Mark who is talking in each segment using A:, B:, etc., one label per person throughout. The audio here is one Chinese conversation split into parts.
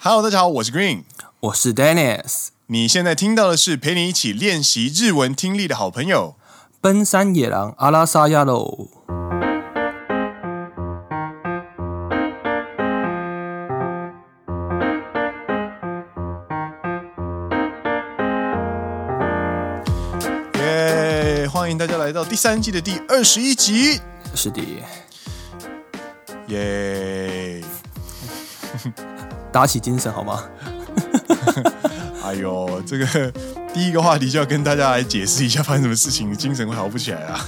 A: Hello，大家好，我是 Green。
B: 我是 Dennis，
A: 你现在听到的是陪你一起练习日文听力的好朋友。
B: 奔山野狼阿拉萨亚喽。
A: 耶、欢迎大家来到第三季的第二十一集。
B: 是的，
A: 耶、
B: 打起精神好吗？
A: 哎呦，这个第一个话题就要跟大家来解释一下发生什么事情，精神会好不起来啊。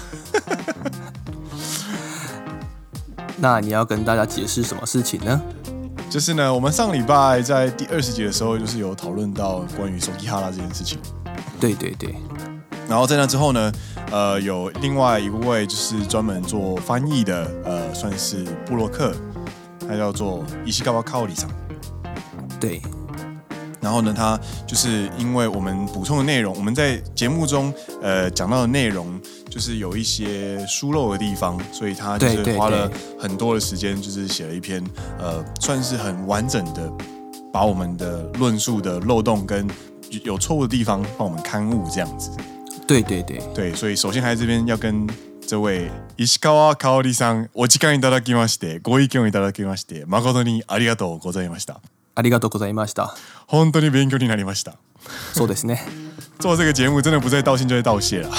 B: 那你要跟大家解释什么事情呢？
A: 就是呢，我们上礼拜在第二十集的时候，就是有讨论到关于手机哈拉这件事情。
B: 对对对，
A: 然后在那之后呢，呃，有另外一位就是专门做翻译的，呃，算是布洛克，他叫做伊西卡瓦卡奥里桑。
B: 对，
A: 然后呢，他就是因为我们补充的内容，我们在节目中呃讲到的内容，就是有一些疏漏的地方，所以他就
B: 对
A: 是
B: 对
A: 花了很多的时间，就是写了一篇呃，算是很完整的，把我们的论述的漏洞跟有错误的地方帮我们刊物这样子。
B: 对对对，
A: 对，所以首先还是这边要跟这位石川香織さんお時間いただきまして、ご意見をいただきまして、誠にありがとうございました。
B: ありがとうございました。
A: 本当に勉強になりました。
B: そうですね。
A: 做这个节目真的不再道歉就会道谢了。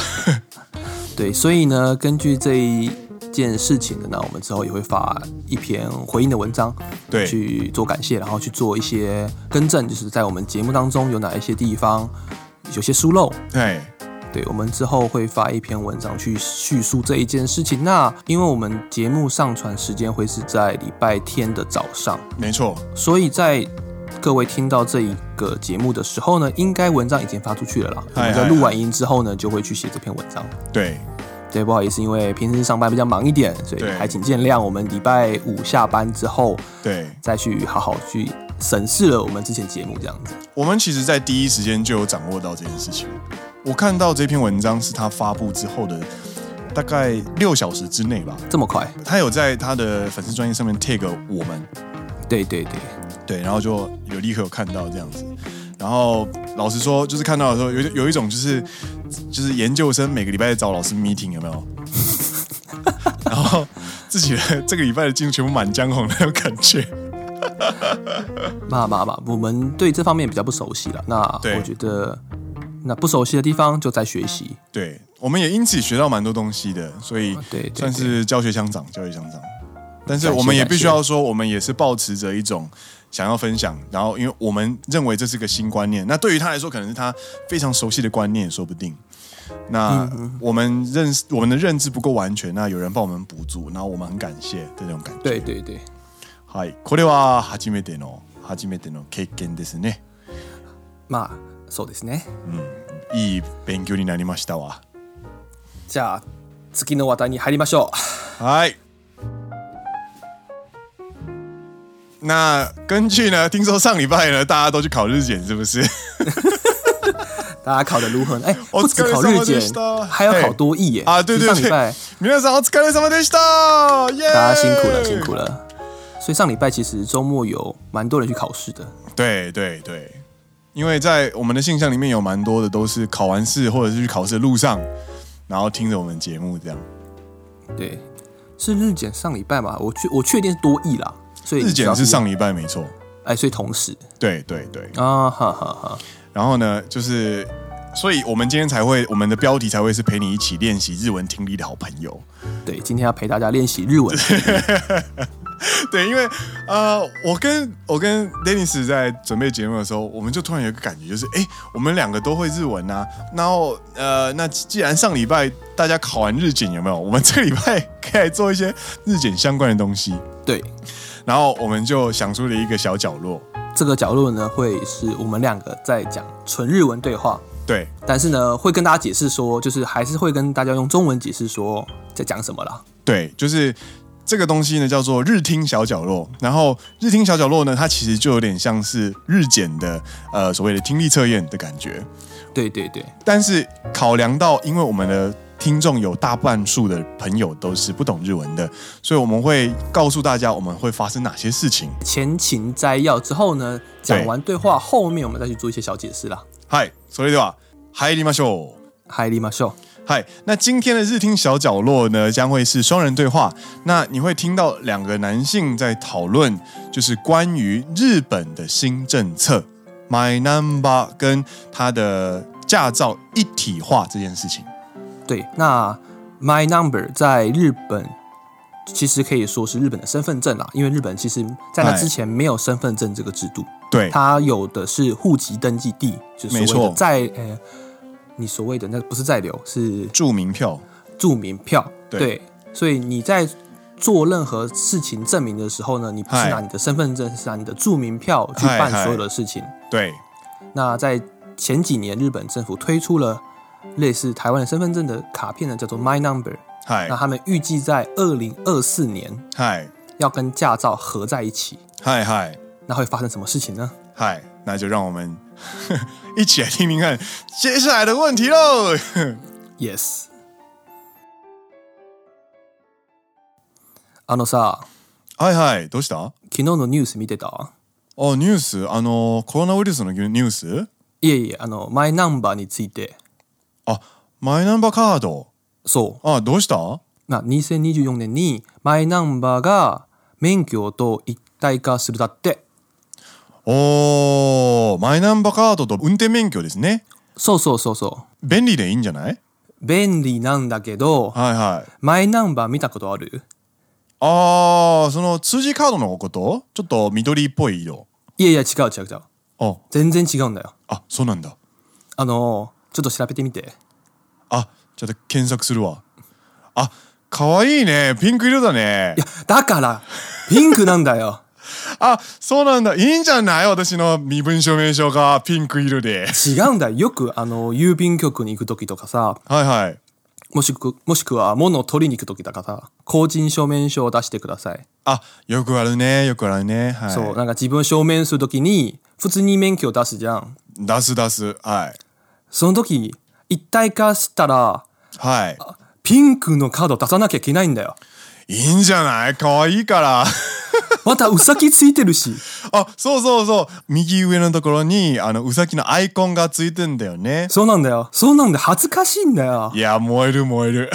B: 对，所以呢，根据这一件事情呢，那我们之后也会发一篇回应的文章，
A: 对
B: 去做感谢，然后去做一些更正，就是在我们节目当中有哪一些地方有些疏漏，
A: 对，
B: 对，我们之后会发一篇文章去叙述这一件事情。那因为我们节目上传时间会是在礼拜天的早上，
A: 没错，
B: 所以在各位听到这一个节目的时候呢，应该文章已经发出去了啦。我
A: 嗨
B: 们在
A: 嗨
B: 录
A: 嗨
B: 完音之后呢，就会去写这篇文章。
A: 对，
B: 对，不好意思，因为平时上班比较忙一点，所以
A: 对
B: 还请见谅。我们礼拜五下班之后
A: 对。
B: 再去好好去审视了我们之前节目这样子。
A: 我们其实，在第一时间就有掌握到这件事情。我看到这篇文章是他发布之后的大概六小时之内吧，
B: 这么快？
A: 他有在他的粉丝专业上面 tag 我们，
B: 对对对，
A: 对，然后就有立刻有看到这样子。然后老实说，就是看到的时候，有有一种就是就是研究生每个礼拜找老师 meeting 有没有？ 然后自己的这个礼拜的进度全部满江红那种感觉。
B: 嘛嘛嘛，我们对这方面比较不熟悉了。那
A: 对
B: 我觉得，那不熟悉的地方就在学习。
A: 对，我们也因此学到蛮多东西的，所以
B: 哦对对对
A: 算是教学相长，教学相长。但是
B: 感谢
A: 我们也必须
B: 感谢
A: 要说，我们也是抱持着一种想要分享，然后因为我们认为这是个新观念，那对于他来说可能是他非常熟悉的观念，也说不定。
B: 嗯
A: 那我们认识我们的认知不够完全，那有人帮我们补足，然后我们很感谢的那种感觉。
B: 对对对，
A: はい、これは初めての初めての経験ですね。
B: 嘛，そうですね。
A: いい勉強になりましたわ。
B: じゃあ次の話題に入りましょ
A: 嗨，那根据呢，听说上礼拜呢，大家都去考日检，是不 是？
B: う。 大家考的如何呢？哎，
A: お
B: 不
A: 疲
B: 止
A: れ
B: 考日
A: 様で
B: 检
A: し，た。
B: 还要考多益耶！
A: 啊，对对
B: 上礼
A: 对
B: 拜，
A: 皆さんお疲れ様でした，耶！
B: 大家辛苦
A: 哎
B: 了，辛苦。了。所以上礼拜其实周末有蛮多人去考试的。
A: 对对对，因为在我们的信箱里面有蛮多的都是考完试或者是去考试的路上，然后听着我们节目这样。
B: 对，是日检上礼拜嘛？我确我确定是多益啦，所以
A: 日检
B: 只
A: 是
B: 要
A: 上礼拜没错，
B: 哎，所以同时
A: 对对对。
B: 啊，哈哈哈，
A: 然后呢，就是，所以我们今天才会，我们的标题才会是陪你一起练习日文听力的好朋友。
B: 对，今天要陪大家练习日 文。
A: 对，因为呃，我跟我跟 Dennis 在准备节目的时候，我们就突然有一个感觉，就是哎，诶我们两个都会日文啊。然后呃，那既然上礼拜大家考完日检有没有？我们这个礼拜可以来做一些日检相关的东西。
B: 对，
A: 然后我们就想出了一个小角落，
B: 这个角落呢，会是我们两个在讲纯日文对话，
A: 对，
B: 但是呢，会跟大家解释说，就是还是会跟大家用中文解释说在讲什么啦。
A: 对，就是这个东西呢，叫做日听小角落。然后日听小角落呢，它其实就有点像是日检的呃所谓的听力测验的感觉。
B: 对对对，
A: 但是考量到，因为我们的听众有大半数的朋友都是不懂日文的，所以我们会告诉大家我们会发生哪些事情。
B: 前情摘要之后呢，讲完对话后面我们再去做一些小解释啦。
A: 嗨，それでは入りましょう。
B: 嗨，立马秀，
A: 嗨，那今天的日听小角落呢，将会是双人对话。那你会听到两个男性在讨论，就是关于日本的新政策 My Number 跟他的驾照一体化这件事情。
B: 对，那 My Number 在日本其实可以说是日本的身份证啦，因为日本其实在那
A: 哎
B: 之前没有身份证这个制度，
A: 对，
B: 它有的是户籍登记地，就是
A: 没
B: 所谓
A: 错
B: 的在呃，你所谓的那不是在留，是
A: 住民票。
B: 住民票。
A: 对
B: 所以你在做任何事情证明的时候呢，你不是
A: 嗨
B: 拿你的身份证，是拿你的住民票去
A: 嗨
B: 办
A: 嗨
B: 所有的事情。
A: 对，
B: 那在前几年，日本政府推出了类似台湾的身份证的卡片呢，叫做 My Number。
A: 嗨
B: 那他们预计在二零二四年
A: 嗨
B: 要跟驾照合在一起，
A: 嗨嗨
B: 那会发生什么事情呢？
A: 嗨，那就让我们 一起来听听看接下来的问题喽。
B: Yes。あのさ、
A: 嗨嗨，どうした？
B: 昨日のニュース見てた
A: 哦，ニュース、あのコロナウイルスのニュース？
B: いえいえ、あの、マイナンバーについて。
A: あ、マイナンバーカード。
B: そ
A: あ、どうした？
B: う。まあ、2024年にマイナンバーが免許と一体化するだって。
A: おー、マイナンバーカードと運転免許ですね。
B: そうそうそうそ。
A: 便利でいいんじゃないう
B: 便利なんだけど、
A: はいはい。
B: マイナンバー見たことある
A: あー、その通じカードのことちょっと緑っぽい色。
B: いやいや、違う違う違う。
A: あ、
B: 全然違うんだよ。
A: あ、そうなんだ。
B: あの、ちょっと調べてみて。
A: あ、ちょっと検索するわ。あ、かわいいね。ピンク色だね
B: い。や、だから、ピンクなんだよ。
A: あ、そうなんだ。いいんじゃない私の身分証明書がピンク色で。
B: 違うんだよ。よく、あの、郵便局に行く時とかさ、
A: はいはい。
B: もしく、もしくは物を取りに行く時とかさ、公人証明書を出してください。
A: あ、よくあるね。よくあるね。はい。
B: そう、なんか自分を証明するときに、普通に免許を出すじゃん。
A: 出す出す。はい。
B: その時、一体化したら、
A: はい。
B: ピンクのカード出さなきゃいけないんだよ。
A: いいんじゃないかわいいから。
B: またウサギついてるし。
A: あ、そうそうそう。右上のところに、あの、うさぎのアイコンがついてんだよね。
B: そうなんだよ。そうなんだよ。恥ずかしいんだよ
A: い。や、燃える燃える。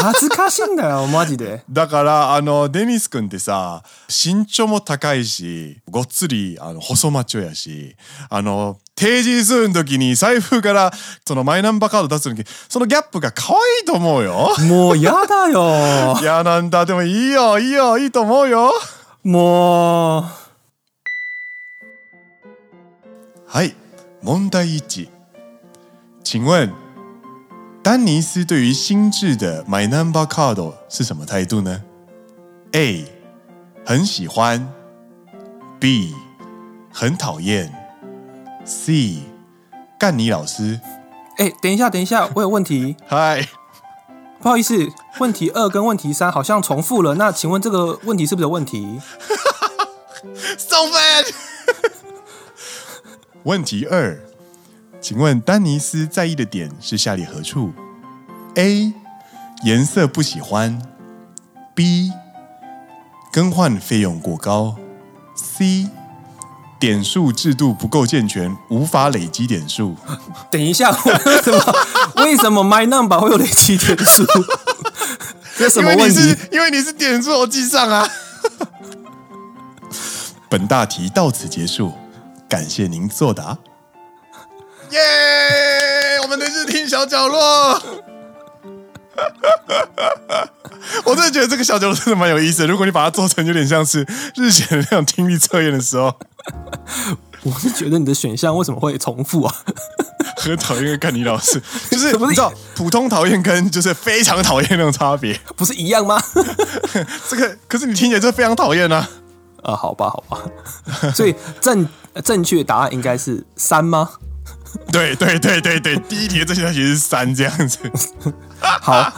B: 恥ずかしいんだよ、マジで。
A: だから、あの、デニス君ってさ、身長も高いし、ごっつり、あの、細マッチョやし、あの、定時数の時に財布から、そのマイナンバーカード出す時、そのギャップが可愛いと思うよ。
B: もうやだよ。
A: いや、なんだ、でもいいよ、いいよ、いいと思うよ。
B: もう。
A: はい、問題1。请问、丹尼斯对于新制的 My Number Card 是什么态度呢？A. 很喜欢，B. 很讨厌，C. 干你老师。
B: 哎，等一下，等一下，我有问题。
A: 嗨，
B: 不好意思，问题二跟问题三好像重复了。那请问这个问题是不是有问题？
A: 送分。 问题二，请问丹尼斯在意的点是下列何处？A. 颜色不喜欢。B. 更换费用过高。C. 点数制度不够健全，无法累积点数。
B: 等一下，为 什么为什么 My Number 会有累积点数？ 这什
A: 因
B: 么
A: 为你
B: 问
A: 是
B: 题？
A: 因为你是点数我记上啊。 本大题到此结束，感谢您作答。耶、我们的日听小角落。 我真的觉得这个小角落真的蛮有意思的。如果你把它做成有点像是日前的那种听力测验的时候，
B: 我是觉得你的选项为什么会重复啊？
A: 很讨厌跟看你老师，就是
B: 什么
A: 你知道普通讨厌跟就是非常讨厌那种差别。
B: 不是一样吗？
A: 这个可是你听起来就非常讨厌啊。
B: 啊，好吧，好 吧。所以正正确答案应该是三吗？
A: 对对对对对，第一题的正确答案其实是三这样子。
B: 好，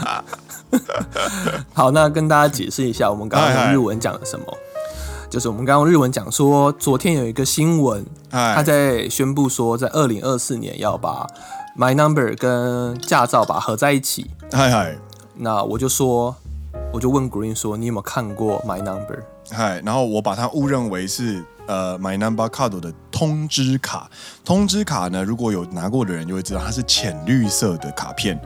B: 好，那跟大家解释一下，我们刚刚用日文讲了什么。就是我们刚刚用日文讲说，昨天有一个新闻，
A: 哎
B: 他在宣布说，在二零二四年要把 my number 跟驾照吧合在一起，
A: 嗨嗨
B: 那我就说，我就问 Green 说，你有没有看过 my number？
A: 嗨，然后我把它误认为是呃 My Number Card 的通知卡。通知卡呢，如果有拿过的人就会知道，它是浅绿色的卡片。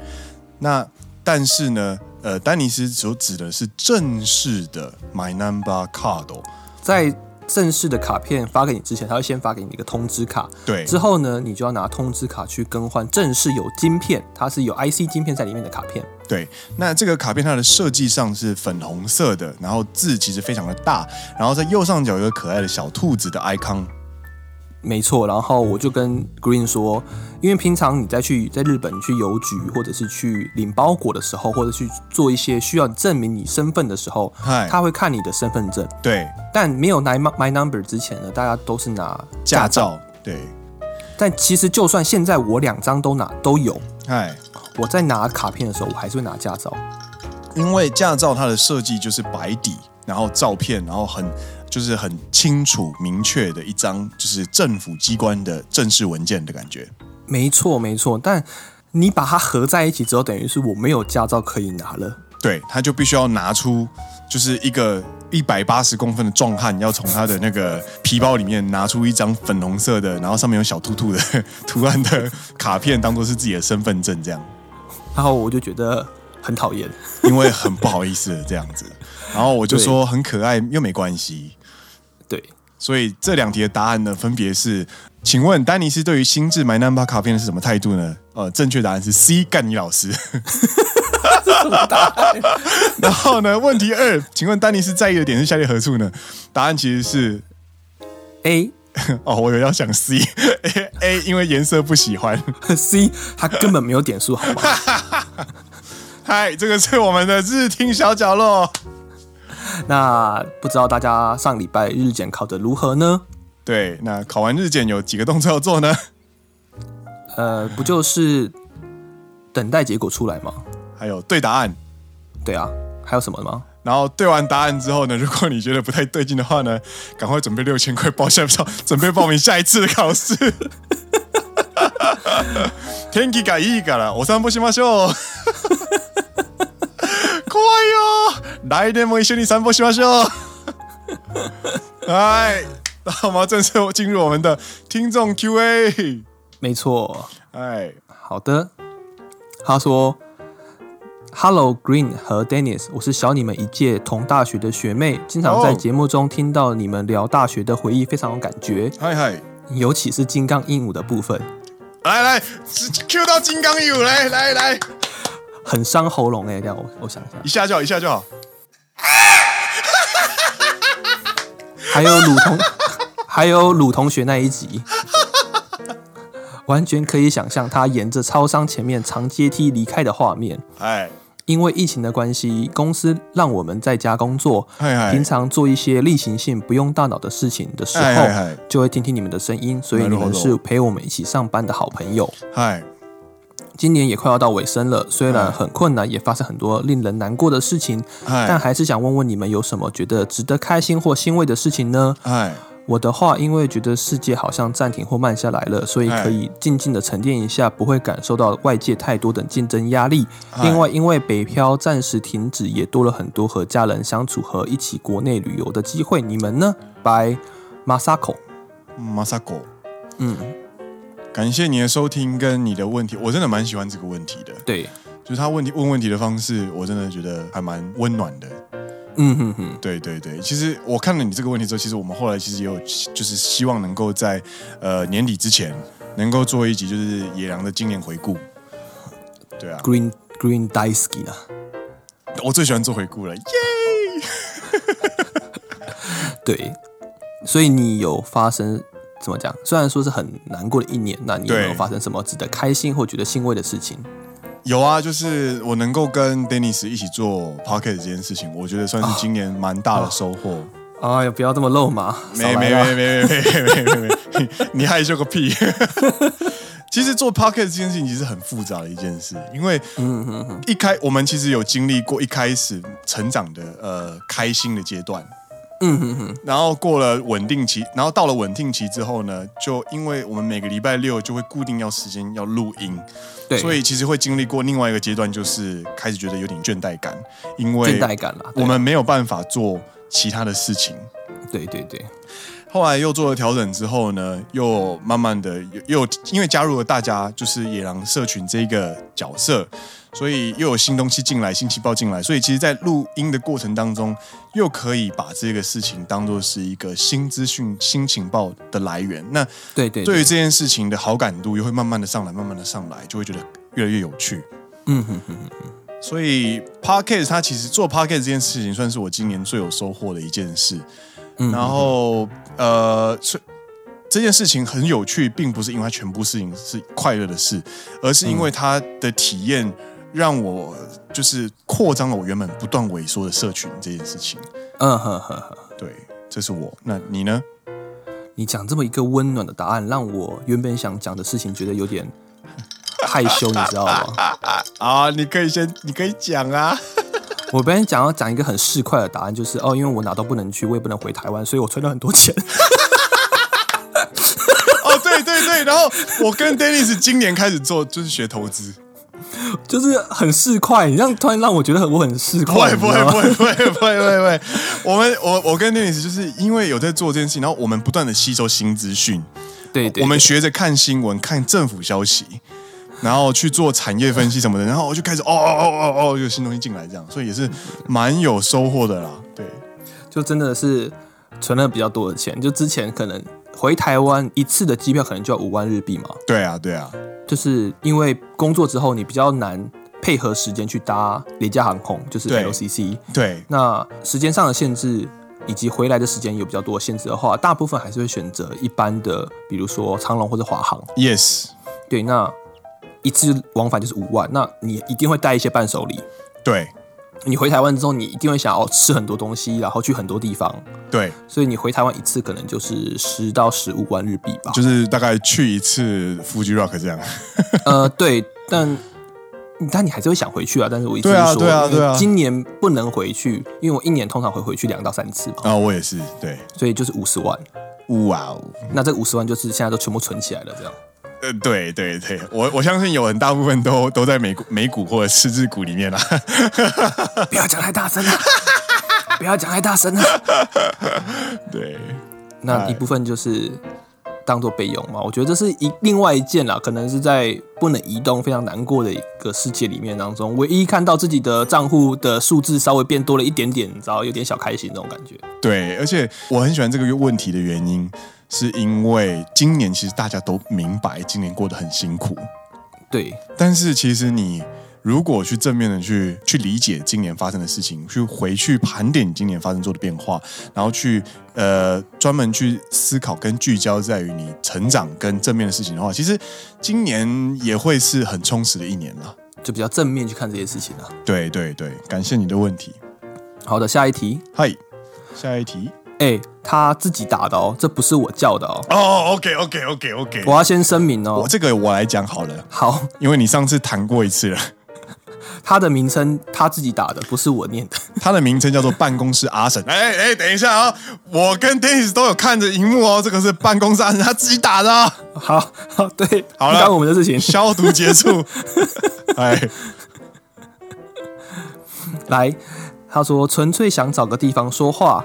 A: 那但是呢，呃，丹尼斯所指的是正式的 My Number Card，哦
B: 在正式的卡片发给你之前，他会先发给你一个通知卡，
A: 对，
B: 之后呢，你就要拿通知卡去更换正式有晶片，它是有 IC 晶片在里面的卡片。
A: 对，那这个卡片它的设计上是粉红色的，然后字其实非常的大，然后在右上角有一个可爱的小兔子的 icon。
B: 没错，然后我就跟 Green 说，因为平常你在去在日本去邮局或者是去领包裹的时候，或者去做一些需要证明你身份的时候，
A: 嗨，
B: 他会看你的身份证，
A: 对
B: 但没有拿 My My Number 之前呢，大家都是拿
A: 驾。照，对，
B: 但其实就算现在我两张都拿都有，
A: 嗨，
B: 我在拿卡片的时候，我还是会拿驾照。
A: 因为驾照它的设计就是白底，然后照片，然后很就是很清楚明确的一张，就是政府机关的正式文件的感觉。
B: 没错，没错，但你把它合在一起之后，等于是我没有驾照可以拿了。
A: 对，他就必须要拿出就是一个一百八十公分的壮汉，要从他的那个皮包里面拿出一张粉红色的，然后上面有小兔兔的 图案的卡片，当做是自己的身份证这样，
B: 然后我就觉得很讨厌。
A: 因为很不好意思这样子。然后我就说很可爱又没关系。
B: 对，
A: 所以这两题的答案呢，分别是，请问丹尼斯对于新制 My Number 卡片是什么态度呢？呃，正确答案是 C，干你老师。 然后呢，问题二，请问丹尼斯在意的点是下列何处呢？答案其实是，
B: A
A: 哦，我有要想 C，A A, 因为颜色不喜欢。
B: C 它根本没有点数，好吗？
A: 嗨，这个是我们的日听小角落。
B: 那不知道大家上礼拜日检考的如何呢？
A: 对，那考完日检有几个动作要做呢？
B: 呃，不就是等待结果出来吗？
A: 还有对答案。
B: 对啊，还有什么吗？
A: 然后对完答案之后呢，如果你觉得不太对劲的话呢，赶快准备六千块报下票，准备报名下一次的考试。 天気がいいからお散歩しま しょう。怖いよ。来年も一緒に散歩しましょう。 哎，那我们要正式进入我们的听众 Q&A。
B: 没错，
A: 哎，
B: 好的。他说：“Hello Green 和 Dennis，我是小你们一届同大学的学妹，经常在
A: 哦
B: 节目中听到你们聊大学的回忆，非常有感觉，
A: 嗨嗨，
B: 尤其是金刚鹦鹉的部分，
A: 来来，Q 到金刚鹦鹉，来来来，
B: 很伤喉咙哎、欸。这样我我想一下，
A: 一下就好，一下就好。
B: 还有鲁同， 还有鲁同学那一集，完全可以想象他沿着超商前面长阶梯离开的画面。
A: 哎，
B: 因为疫情的关系，公司让我们在家工作，
A: 嗨嗨
B: 平常做一些例行性不用大脑的事情的时
A: 嗨嗨
B: 候
A: 嗨，
B: 就会听听你们的声音，所以你
A: なるほ
B: 们
A: ど
B: 是陪我们一起上班的好朋友。
A: 嗨。
B: 今年也快要到尾声了，虽然很困难，也发生很多令人难过的事情，
A: 嗨
B: 但还是想问问你们有什么觉得值得开心或欣慰的事情呢？
A: 哎，
B: 我的话，因为觉得世界好像暂停或慢下来了，所以可以
A: 哎
B: 静静的沉淀一下，不会感受到外界太多的竞争压力。
A: 哎
B: 另外，因为北漂暂时停止，也多了很多和家人相处和一起国内旅游的机会。你们呢？By Masako，
A: 马萨狗，
B: 嗯，
A: 感谢你的收听跟你的问题，我真的蛮喜欢这个问题的，
B: 对，
A: 就是他问题问问题的方式，我真的觉得还蛮温暖的。
B: 嗯哼哼，
A: 对对对，其实我看了你这个问题之后，其实我们后来其实也有，就是希望能够在呃年底之前能够做一集就是野狼的今年回顾。对啊，
B: Green Green Daisky 啊，
A: 我最喜欢做回顾了，耶！
B: 对，所以你有发生。怎么讲？虽然说是很难过的一年，那你有没有
A: 对
B: 发生什么值得开心或觉得欣慰的事情？
A: 有啊，就是我能够跟 Dennis 一起做 Pocket 这件事情，我觉得算
B: 啊
A: 是今年蛮大的收获。
B: 哎呀，不要这么肉麻，少
A: 没
B: 来
A: 没
B: 啦
A: 没没没没没没没，你害羞个屁！其实做 p o c k e t 这件事情其实很复杂的一件事，因为一开我们其实有经历过一开始成长的呃开心的阶段，
B: 嗯哼哼，
A: 然后过了稳定期，然后到了稳定期之后呢，就因为我们每个礼拜六就会固定要时间要录音，
B: 对，
A: 所以其实会经历过另外一个阶段，就是开始觉得有点倦怠感，因
B: 倦
A: 为
B: 怠感啦。对
A: 我们没有办法做其他的事情。
B: 对对对，
A: 后来又做了调整之后呢，又慢慢的又又因为加入了大家就是野狼社群这个角色，所以又有新东西进来，新情报进来，所以其实，在录音的过程当中，又可以把这个事情当做是一个新资讯、新情报的来源。那
B: 对对
A: 对于这件事情的好感度又会慢慢的上来，慢慢的上来，就会觉得越来越有趣。
B: 嗯哼哼，
A: 所以 podcast 它其实做 podcast 这件事情，算是我今年最有收获的一件事。
B: 嗯
A: 然后呃，所这件事情很有趣，并不是因为它全部事情是快乐的事，而是
B: 嗯
A: 因为它的体验让我就是扩张了我原本不断萎缩的社群这件事情。
B: 嗯哼哼哼。
A: 对，这是我。那你呢？
B: 你讲这么一个温暖的答案，让我原本想讲的事情觉得有点 害羞，你知 道吗？
A: 啊，你可以先，你可以讲啊。
B: 我本来想要讲一个很市侩的答案，就是哦，因为我哪都不能去，我也不能回台湾，所以我存了很多钱。
A: 哦，对对对，然后我跟 Dennis 今年开始做就是学投资，
B: 就是很市侩，你这样突然让我觉得很我很市侩，
A: 不会
B: 你知
A: 不
B: 道
A: 会
B: 吗
A: 不会不会不会不会，我们我我跟 Dennis 就是因为有在做这件事情，然后我们不断的吸收新资讯，
B: 对对，
A: 我们学着看新闻、看政府消息，然后去做产业分析什么的，然后我就开始哦哦哦哦哦，有新东西进来，这样，所以也是蛮有收获的啦。对，
B: 就真的是存了比较多的钱。就之前可能回台湾一次的机票可能就要五万日币嘛，
A: 对啊，对啊，
B: 就是因为工作之后你比较难配合时间去搭廉价航空，就是
A: 对
B: LCC。
A: 对，
B: 那时间上的限制以及回来的时间有比较多的限制的话，大部分还是会选择一般的，比如说长龙或者华航。
A: yes，
B: 对，那一次往返就是五万，那你一定会带一些伴手礼。
A: 对
B: 你回台湾之后，你一定会想要吃很多东西，然后去很多地方，
A: 对，
B: 所以你回台湾一次可能就是十到十五万日币吧。
A: 就是大概去一次 Fuji Rock 这样。
B: 呃，对，但但你还是会想回去啊。但是我一直
A: 对啊
B: 说，
A: 对啊对啊
B: 因为今年不能回去，因为我一年通常会回去两到三次嘛，
A: 啊、我也是，对，
B: 所以就是五十万。
A: 哇哦，
B: 那这五十万就是现在都全部存起来了，这样。
A: 呃，对对对，我我相信有很大部分都都在美股美股或者市值股里面啦。
B: 不要讲太 大声了，啊不要讲太大声了。啊
A: 对，哎
B: 那一部分就是当做备用嘛，我觉得这是一另外一件啦，可能是在不能移动、非常难过的一个世界里面当中，唯一看到自己的账户的数字稍微变多了一点点，你知道，有点小开心那种感觉。
A: 对，而且我很喜欢这个问题的原因，是因为今年其实大家都明白今年过得很辛苦，
B: 对，
A: 但是其实你如果去正面的去去理解今年发生的事情，去回去盘点今年发生做的变化，然后去呃专门去思考跟聚焦在于你成长跟正面的事情的话，其实今年也会是很充实的一年啦。
B: 就比较正面去看这些事情啊。
A: 对对对，感谢你的问题。
B: 好的，下一题，
A: 嗨，下一题。
B: 哎、他自己打的哦，这不是我叫的哦，
A: 哦，OK OK OK OK，
B: 我要先声明哦
A: 我。这个我来讲好了，
B: 好，
A: 因为你上次谈过一次了。
B: 他的名称他自己打的，不是我念的。
A: 它的名称叫做办公室阿神。 哎哎，等一下啊、我跟 Dennis 都有看着荧幕哦，这个是办公室阿神他自己打的、 哦。
B: 好，好，对，
A: 好了
B: 不干我们的事情。
A: 消毒结 束。哎，
B: 来，他说纯粹想找个地方说话。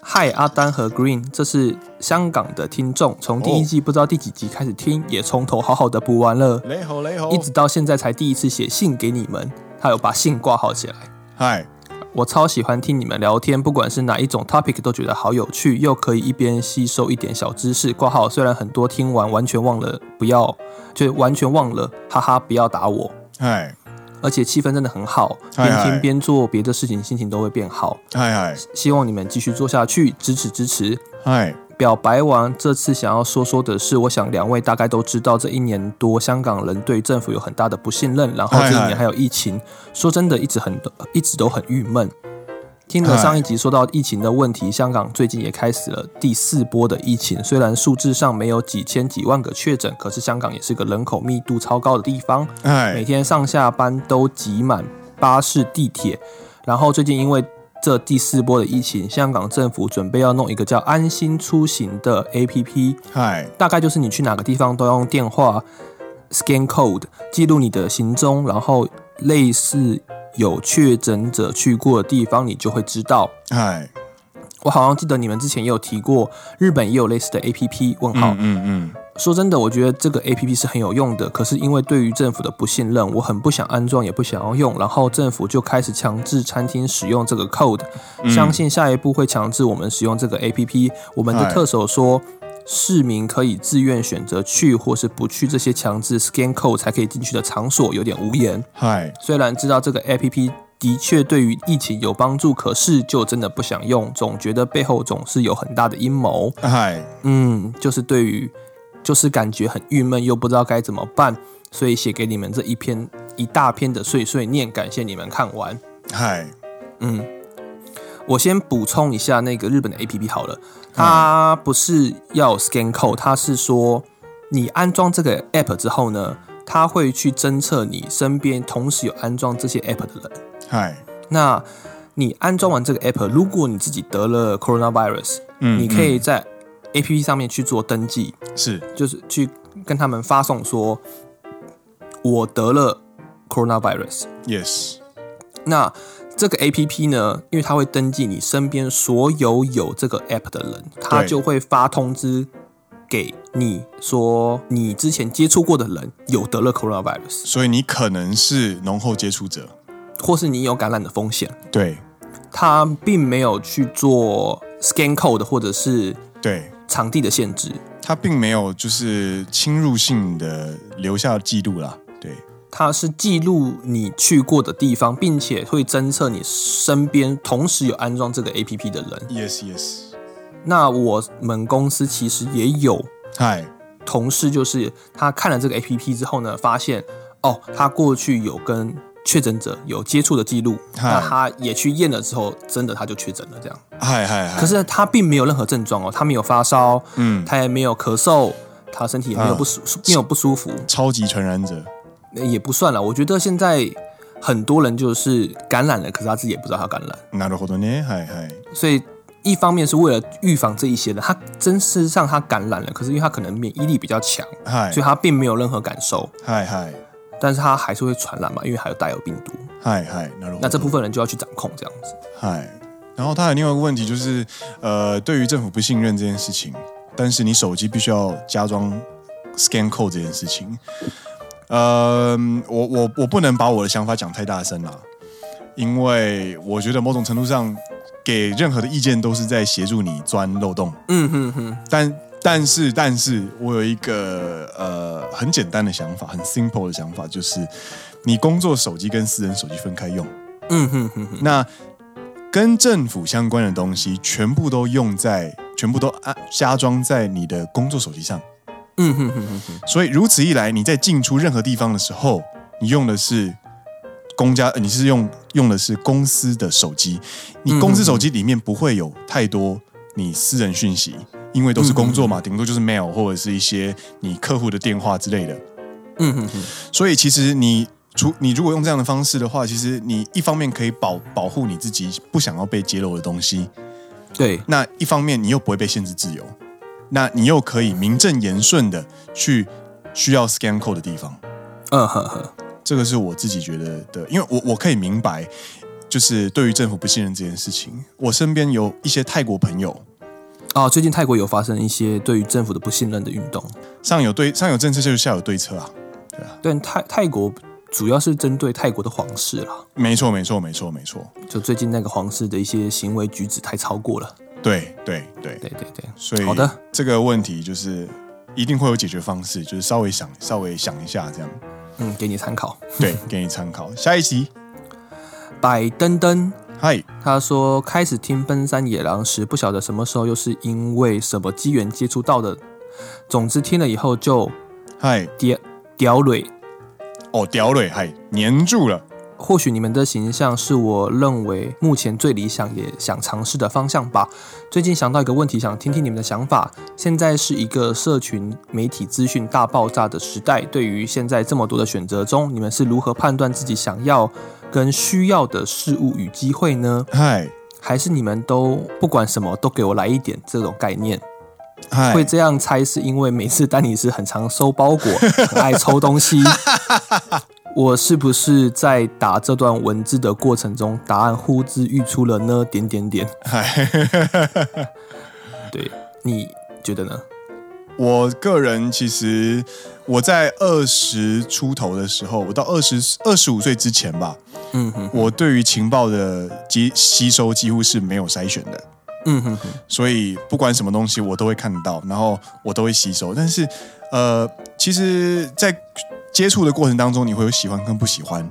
B: 嗨，阿丹和 Green，这是香港的听众，从第一季不知道第几集开始
A: 哦
B: 听，也从头好好的补完了，
A: 雷吼雷吼
B: 一直到现在才第一次写信给你们。他有把信挂号起来。
A: 嗨，
B: 我超喜欢听你们聊天，不管是哪一种 topic 都觉得好有趣，又可以一边吸收一点小知识。挂号虽然很多听完完全忘了，不要就完全忘了，哈哈，不要打我。
A: 嗨
B: 而且气氛真的很好，
A: 嗨
B: 边
A: 嗨
B: 听边做别的事情，心情都会变好。
A: 嗨嗨
B: 希望你们继续做下去，支持支持。
A: 嗨，
B: 表白完，这次想要说说的是，我想两位大概都知道，这一年多香港人对政府有很大的不信任，然后这一
A: 嗨嗨
B: 年还有疫情，说真的，一直很一直都很郁闷。听了
A: 嗨
B: 上一集说到疫情的问题，香港最近也开始了第四波的疫情。虽然数字上没有几千几万个确诊，可是香港也是个人口密度超高的地方，每
A: 嗨
B: 天上下班都挤满巴士、地铁。然后最近因为这第四波的疫情，香港政府准备要弄一个叫“安心出行”的 APP，
A: 嗨，
B: 大概就是你去哪个地方都用电话 scan code 记录你的行踪，然后类似有确诊者去过的地方，你就会知道。
A: 嗨，
B: 我好像记得你们之前也有提过，日本也有类似的 APP。问号，
A: 嗯嗯
B: 说真的，我觉得这个 A P P 是很有用的，可是因为对于政府的不信任，我很不想安装，也不想要用，然后政府就开始强制餐厅使用这个 code，、相信下一步会强制我们使用这个 A P P。我们的
A: 哎
B: 特首说，市民可以自愿选择去或是不去这些强制 scan code 才可以进去的场所，有点无言。
A: 嗨，
B: 虽然知道这个 A P P 的确对于疫情有帮助，可是就真的不想用，总觉得背后总是有很大的阴谋。
A: 嗨，
B: 嗯，就是对于，就是感觉很郁闷，又不知道该怎么办，所以写给你们这一篇一大篇的碎碎念，感谢你们看完。
A: 嗨，
B: 嗯，我先补充一下那个日本的 A P P 好了，它不是要 scan code，它是说你安装这个 app 之后呢，它会去侦测你身边同时有安装这些 app 的人。
A: 嗨，
B: 那你安装完这个 app，如果你自己得了 coronavirus，、
A: 嗯，
B: 你可以在 A P P 上面去做登记，
A: 嗯是，
B: 就是去跟他们发送说，我得了 coronavirus。
A: yes，
B: 那这个 A P P 呢，因为它会登记你身边所有有这个 App 的人，它就会发通知给你说，你之前接触过的人有得了 coronavirus，
A: 所以你可能是浓厚接触者，
B: 或是你有感染的风险。
A: 对
B: 它并没有去做 scan code 或者是
A: 对，
B: 场地的限制，
A: 他并没有就是侵入性的留下记录啦，对，
B: 它是记录你去过的地方，并且会侦测你身边同时有安装这个 APP 的人。
A: yes yes，
B: 那我们公司其实也有
A: 嗨，
B: 同事，就是他看了这个 APP 之后呢，发现哦，他过去有跟确诊者有接触的记录，
A: 嗨
B: 那他也去验了之后，真的他就确诊了这样。
A: 嗨嗨嗨，
B: 可是他并没有任何症状哦，他没有发烧，
A: 嗯，
B: 他也没有咳嗽，他身体也没有不舒、没有不舒服，
A: 超级传染者，
B: 那也不算了。我觉得现在很多人就是感染了，可是他自己也不知道他感染，
A: なるほどね，嗨嗨，
B: 所以一方面是为了预防这一些人，他真事实上他感染了，可是因为他可能免疫力比较强，
A: 嗨
B: 所以他并没有任何感受，
A: 嗨嗨
B: 但是他还是会传染嘛，因为还有带有病毒，
A: 嗨嗨，なるほ
B: 那
A: ど
B: 这部分人就要去掌控这样子。
A: 嗨，然后他有另外一个问题就是，呃，对于政府不信任这件事情，但是你手机必须要加装 scan code 这件事情，呃，我我我不能把我的想法讲太大声啦，因为我觉得某种程度上给任何的意见都是在协助你钻漏洞，
B: 嗯哼哼，
A: 但但是但是我有一个呃很简单的想法，很 simple 的想法，就是你工作手机跟私人手机分开用。
B: 嗯哼哼哼，
A: 那跟政府相关的东西，全部都用在，全部都安加装在你的工作手机上。
B: 嗯哼哼哼哼，
A: 所以如此一来，你在进出任何地方的时候，你用的是公家，呃你是用用的是公司的手
B: 嗯
A: 机。你公司手机里面不会有太多你私人讯息，因为都是工作
B: 嗯
A: 嘛，顶多就是 mail 或者是一些你客户的电话之类的。
B: 嗯哼哼，
A: 所以其实你除你如果用这样的方式的话，其实你一方面可以保保护你自己不想要被揭露的东西，
B: 对，
A: 那一方面你又不会被限制自由，那你又可以名正言顺的去需要 scan code 的地方。
B: 嗯呵呵，
A: 这个是我自己觉得的，因为我我可以明白，就是对于政府不信任这件事情，我身边有一些泰国朋友，
B: 哦，最近泰国有发生一些对于政府的不信任的运动。
A: 上有对上有政策就下有对策啊，对啊，
B: 但泰泰国主要是针对泰国的皇室啦，
A: 没错没错没错没错，
B: 就最近那个皇室的一些行为举止太超过了。
A: 对对对
B: 对对对，
A: 所以
B: 好的，
A: 这个问题就是一定会有解决方式，就是稍微想稍微想一下这样，
B: 嗯，给你参考。
A: 对，给你参考。下一集，
B: 百登登
A: 嗨，
B: 他说开始听奔山野狼时，不晓得什么时候又是因为什么机缘接触到的，总之听了以后就
A: 嗨，
B: 屌屌蕊。
A: 哦，屌蕊，嗨，黏住了，
B: 或许你们的形象是我认为目前最理想也想尝试的方向吧。最近想到一个问题，想听听你们的想法。现在是一个社群媒体资讯大爆炸的时代，对于现在这么多的选择中，你们是如何判断自己想要跟需要的事物与机会呢？
A: 嗨，
B: 还是你们都不管什么都给我来一点这种概念？
A: 嗨
B: 会这样猜是因为每次丹尼斯很常收包裹，很爱抽东西。我是不是在打这段文字的过程中，答案呼之欲出了呢？点点点，
A: 嗨，
B: 对，你觉得呢？
A: 我个人其实我在二十出头的时候，我到二十二十五岁之前吧，
B: 嗯哼，
A: 我对于情报的吸吸收几乎是没有筛选的。
B: 嗯哼哼，
A: 所以不管什么东西我都会看到，然后我都会吸收。但是，呃，其实，在接触的过程当中，你会有喜欢跟不喜欢，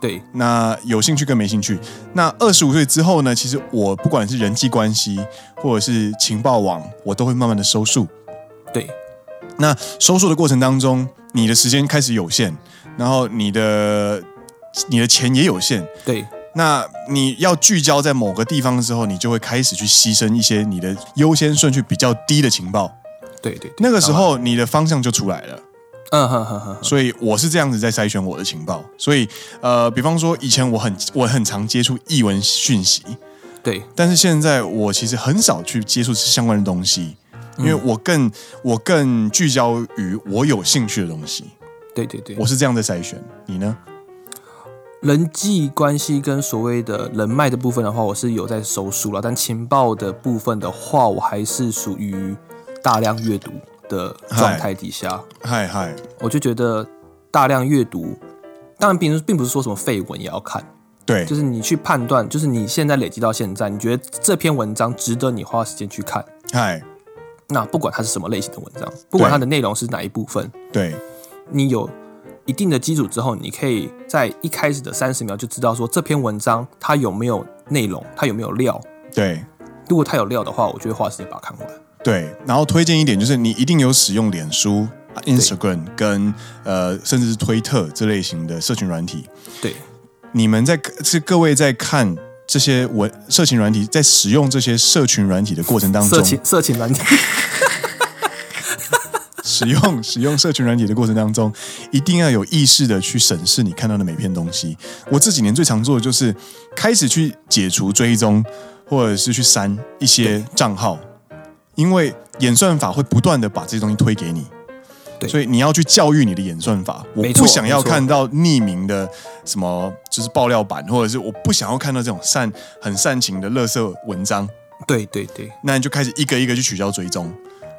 B: 对，
A: 那有兴趣跟没兴趣。那二十五岁之后呢，其实我不管是人际关系或者是情报网，我都会慢慢的收束。
B: 对，
A: 那收束的过程当中，你的时间开始有限，然后你的你的钱也有限，
B: 对，
A: 那你要聚焦在某个地方的时候，你就会开始去牺牲一些你的优先顺序比较低的情报。
B: 对对，对
A: 那个时，候，你的方向就出来了。
B: 嗯哼哼哼哼，
A: 所以我是这样子在筛选我的情报。所以，呃，比方说以前我很我很常接触译文讯息，
B: 对，
A: 但是现在我其实很少去接触相关的东西，因为我更我更聚焦于我有兴趣的东西。
B: 对对对，
A: 我是这样在筛选。你呢？
B: 人际关系跟所谓的人脉的部分的话，我是有在收书了，但情报的部分的话，我还是属于大量阅读的状态底下，
A: 嗨嗨，
B: 我就觉得大量阅读，当然并并不是说什么废文也要看，
A: 对
B: 就是你去判断，就是你现在累积到现在，你觉得这篇文章值得你花时间去看，
A: 嗨
B: 那不管它是什么类型的文章，不管它的内容是哪一部分，
A: 对
B: 你有一定的基础之后，你可以在一开始的三十秒就知道说这篇文章它有没有内容，它有没有料。
A: 对
B: 如果它有料的话，我就会花时间把它看完。
A: 对，然后推荐一点就是，你一定有使用脸书、Instagram 啊跟呃，甚至是推特这类型的社群软体。
B: 对，
A: 你们在是各位在看这些文社群软体，在使用这些社群软体的过程当
B: 色
A: 中，
B: 情色情难题。
A: 使用 使用社群软体的过程当中，一定要有意识的去审视你看到的每片东西。我这几年最常做的就是开始去解除追踪，或者是去删一些账号，因为演算法会不断的把这些东西推给你。
B: 对
A: 所以你要去教育你的演算法，我
B: 没错
A: 不想要
B: 没错
A: 看到匿名的什么，就是爆料版，或者是我不想要看到这种善很煽情的垃圾文章，
B: 对对对，
A: 那你就开始一个一个去取消追踪。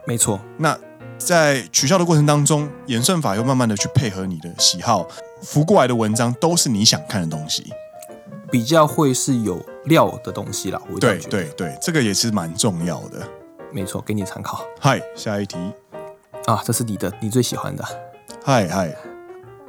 B: 没错。
A: 那在取消的过程当中，演算法又慢慢的去配合你的喜好，浮过来的文章都是你想看的东西。
B: 比较会是有料的东西啦，我会这
A: 对
B: 样觉得。
A: 对对，这个也是蛮重要的。
B: 没错，给你参考
A: 嗨，下一题。
B: 啊，这是你的，你最喜欢的。
A: 嗨嗨，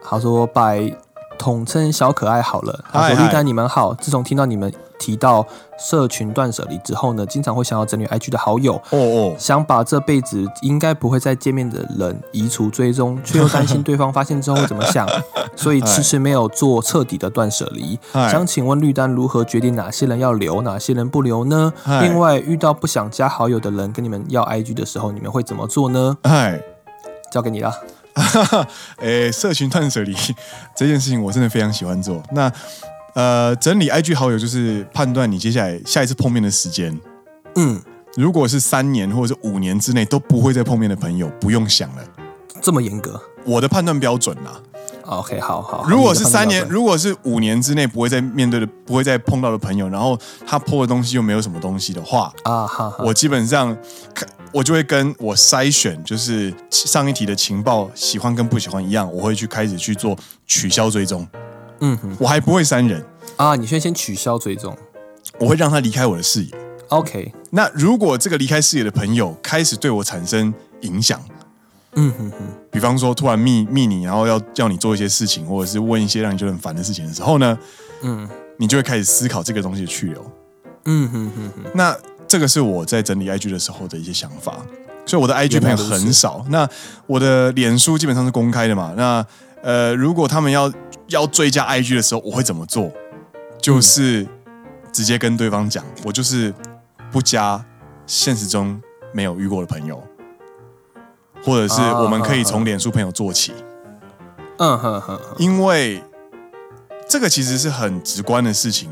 B: 他说拜，统称小可爱好了。他
A: 嗨
B: 说
A: 嗨
B: 丽丹你们好，自从听到你们提到社群断舍离之后呢，经常会想要整理 IG 的好友，
A: 哦哦，
B: 想把这辈子应该不会再见面的人移除追踪，却又担心对方发现之后会怎么 想，所以迟迟没有做彻底的断舍离。
A: 嗨
B: 想请问绿丹如何决定哪些人要留，哪些人不留呢？
A: 嗨
B: 另外，遇到不想加好友的人跟你们要 IG 的时候，你们会怎么做呢？
A: 嗨，
B: 交给你啦。
A: 诶，社群探索里这件事情我真的非常喜欢做。那呃，整理 IG 好友就是判断你接下来下一次碰面的时间。
B: 嗯，
A: 如果是三年或者是五年之内都不会再碰面的朋友，不用想了。
B: 这么严格。
A: 我的判断标准啦、
B: OK，好好。好
A: 如果是三
B: 你的
A: 年，
B: 判断标准
A: 如果是五年之内不会再面对的、不会再碰到的朋友，然后他破的东西又没有什么东西的话，
B: 啊哈哈，
A: 我基本上看我就会跟我筛选，就是上一题的情报喜欢跟不喜欢一样，我会去开始去做取消追踪。
B: 嗯哼
A: 我还不会删人，
B: 啊，你先先取消追踪。
A: 我会让他离开我的视野。
B: OK，
A: 那如果这个离开视野的朋友开始对我产生影响，
B: 嗯哼哼，
A: 比方说突然密密你，然后要叫你做一些事情，或者是问一些让你觉得很烦的事情的时候呢，
B: 嗯
A: 你就会开始思考这个东西的去留。
B: 嗯哼哼哼，
A: 那这个是我在整理 IG 的时候的一些想法，所以我的 IG
B: 原
A: 朋
B: 来
A: 友
B: 如此
A: 很少。那我的脸书基本上是公开的嘛，那呃，如果他们要要追加 IG 的时候，我会怎么做？就是直接跟对方讲，我就是不加现实中没有遇过的朋友，或者是
B: 啊
A: 我们可以从脸书朋友做起。
B: 嗯哼哼哼，
A: 因为这个其实是很直观的事情。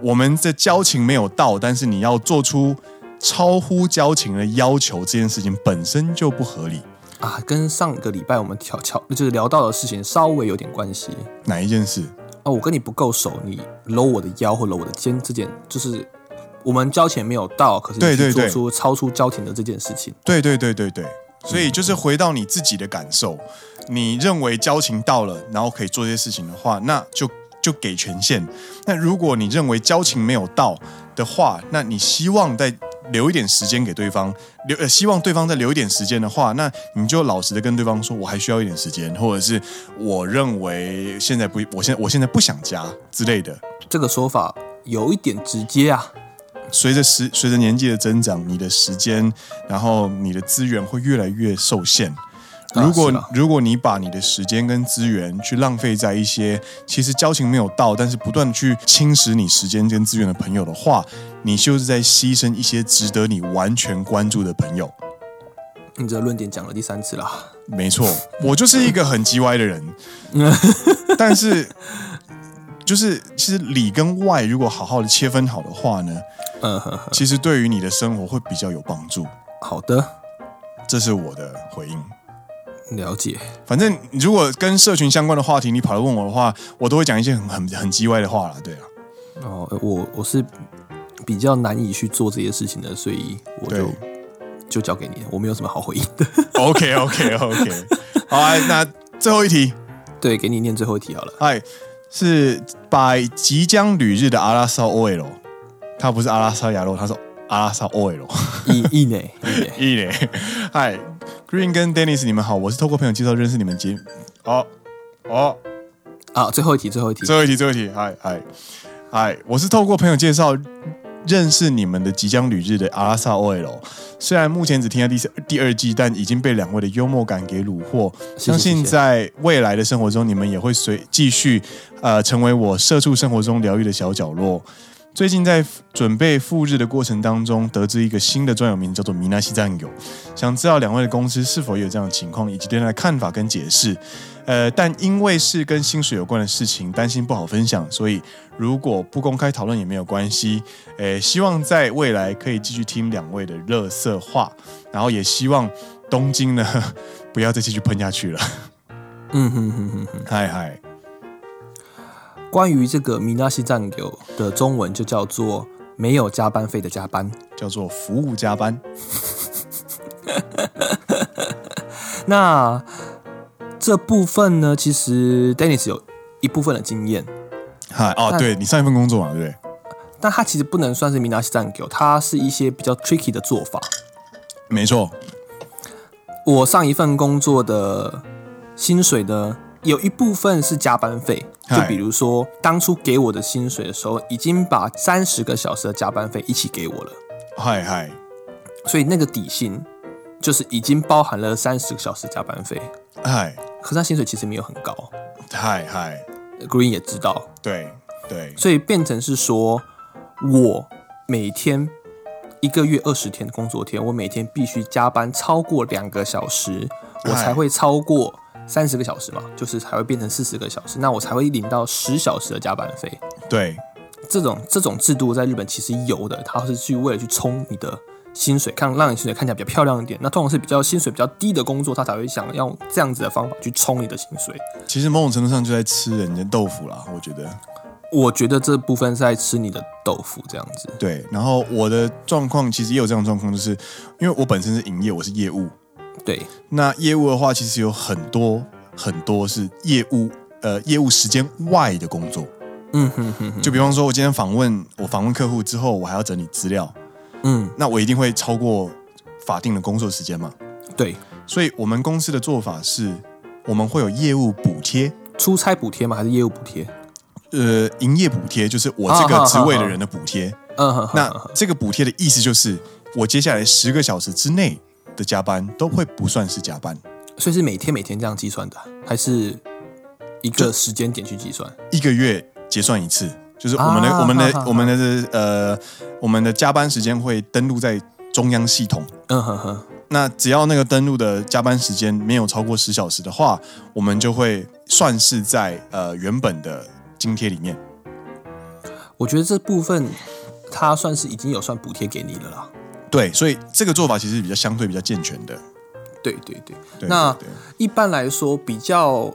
A: 我们的交情没有到，但是你要做出超乎交情的要求，这件事情本身就不合理。
B: 啊，跟上个礼拜我们调调就是聊到的事情稍微有点关系
A: 哪一件事？
B: 哦。我跟你不够熟，你搂我的腰或搂我的肩，这件就是我们交情没有到，可是
A: 对
B: 你去
A: 对
B: 做
A: 对
B: 出超出交情的这件事情。
A: 对对对对对，所以就是回到你自己的感受，你认为交情到了，然后可以做这些事情的话，那就就给权限。那如果你认为交情没有到的话，那你希望再留一点时间给对方，留呃希望对方再留一点时间的话，那你就老实的跟对方说，我还需要一点时间，或者是我认为现在不，我现我现在不想加之类的。
B: 这个说法有一点直接啊，
A: 随着时随着年纪的增长，你的时间，然后你的资源会越来越受限。
B: 啊
A: 如果、
B: 是啊
A: 如果你把你的时间跟资源去浪费在一些其实交情没有到，但是不断地去侵蚀你时间跟资源的朋友的话，你就是在牺牲一些值得你完全关注的朋友。
B: 你这个论点讲了第三次啦。
A: 没错，我就是一个很叽歪的 人，但是就是其实里跟外如果好好的切分好的话呢，
B: 嗯，呵呵
A: 其实对于你的生活会比较有帮助。
B: 好的，
A: 这是我的回应。
B: 了解。
A: 反正如果跟社群相关的话题，你跑来问我的话，我都会讲一些很很很叽歪的话啦。对啊，
B: 哦，我我是比较难以去做这些事情的，所以我就就交给你了，我没有什么好回应的。
A: ，OK OK OK，好 啊，那最后一题，
B: 对，给你念最后一题好了。
A: 哎，是把即将旅日的阿拉萨 OL，他不是阿拉萨亚洛，他是阿拉萨 OL。
B: 一一呢？一呢？
A: 一嘞， 嗨，Green 跟 Dennis，你们好，我是透过朋友介绍认识你们节，哦哦。
B: 啊，最后一题，最后一题。
A: 最后一题，最后一题，嗨嗨嗨！我是透过朋友介绍认识你们的即将旅日的阿拉萨 OL，虽然目前只听到第四第二季，但已经被两位的幽默感给虏获。
B: 谢谢
A: 相信在未来的生活中，你们也会随继续呃成为我社畜生活中疗愈的小角落。最近在准备赴日的过程当中，得知一个新的专有名叫做“米纳西战友”，想知道两位的公司是否也有这样的情况，以及对他的看法跟解释。呃，但因为是跟薪水有关的事情，担心不好分享，所以如果不公开讨论也没有关系。呃，希望在未来可以继续听两位的热色话，然后也希望东京呢 不要再继续喷下去了。
B: 嗯哼哼哼哼。
A: 嗨嗨，
B: 关于这个米纳西战友的中文就叫做没有加班费的加班。
A: 叫做服务加班。
B: 那这部分呢，其实 Dennis 有一部分的经验，
A: 嗨哦，
B: 那
A: 对你上一份工作嘛，对不对？
B: 但它其实不能算是米纳西战友，它是一些比较 tricky 的做法。
A: 没错，
B: 我上一份工作的薪水呢，有一部分是加班费，就
A: 嗨
B: 比如说当初给我的薪水的时候，已经把三十个小时的加班费一起给我了，
A: 嗨嗨，
B: 所以那个底薪就是已经包含了三十个小时加班费。
A: 嗨
B: 可是他薪水其实没有很高
A: 嗨嗨，
B: ，Green 也知道，
A: 对对，
B: 所以变成是说我每天一个月二十天工作天，我每天必须加班超过两个小时，我才会超过三十个小时嘛，就是才会变成四十个小时，那我才会领到十小时的加班费。
A: 对
B: 这种这种制度在日本其实有的，它是去为了去冲你的薪水，看让你薪水看起来比较漂亮一点。那通常是比较薪水比较低的工作，他才会想要用这样子的方法去冲你的薪水。
A: 其实某种程度上就在吃人家豆腐啦，我觉得。
B: 我觉得这部分是在吃你的豆腐这样子。
A: 对，然后我的状况其实也有这样的状况，就是因为我本身是营业，我是业务。
B: 对，
A: 那业务的话，其实有很多很多是业务呃业务时间外的工作。
B: 嗯哼哼哼，
A: 就比方说，我今天访问我访问客户之后，我还要整理资料，
B: 嗯，
A: 那我一定会超过法定的工作时间嘛。
B: 对。
A: 所以我们公司的做法是，我们会有业务补贴，
B: 出差补贴吗？还是业务补贴？
A: 呃，营业补贴，就是我这
B: 啊
A: 个职位的人的补贴。
B: 嗯，哼哼哼
A: 那这个补贴的意思就是，我接下来十个小时之内的加班都会不算是加班，
B: 所以是每天每天这样计算的，啊还是一个时间点去计算？
A: 一个月结算一次，就是我们的、
B: 啊
A: 我们的、
B: 哈哈哈
A: 我们的呃我们的加班时间会登录在中央系统。
B: 嗯哼哼，
A: 那只要那个登录的加班时间没有超过十小时的话，我们就会算是在呃原本的津贴里面。
B: 我觉得这部分它算是已经有算补贴给你了啦。
A: 对，所以这个做法其实比较相对比较健全的。
B: 对对对，
A: 对
B: 那
A: 对
B: 一般来说比较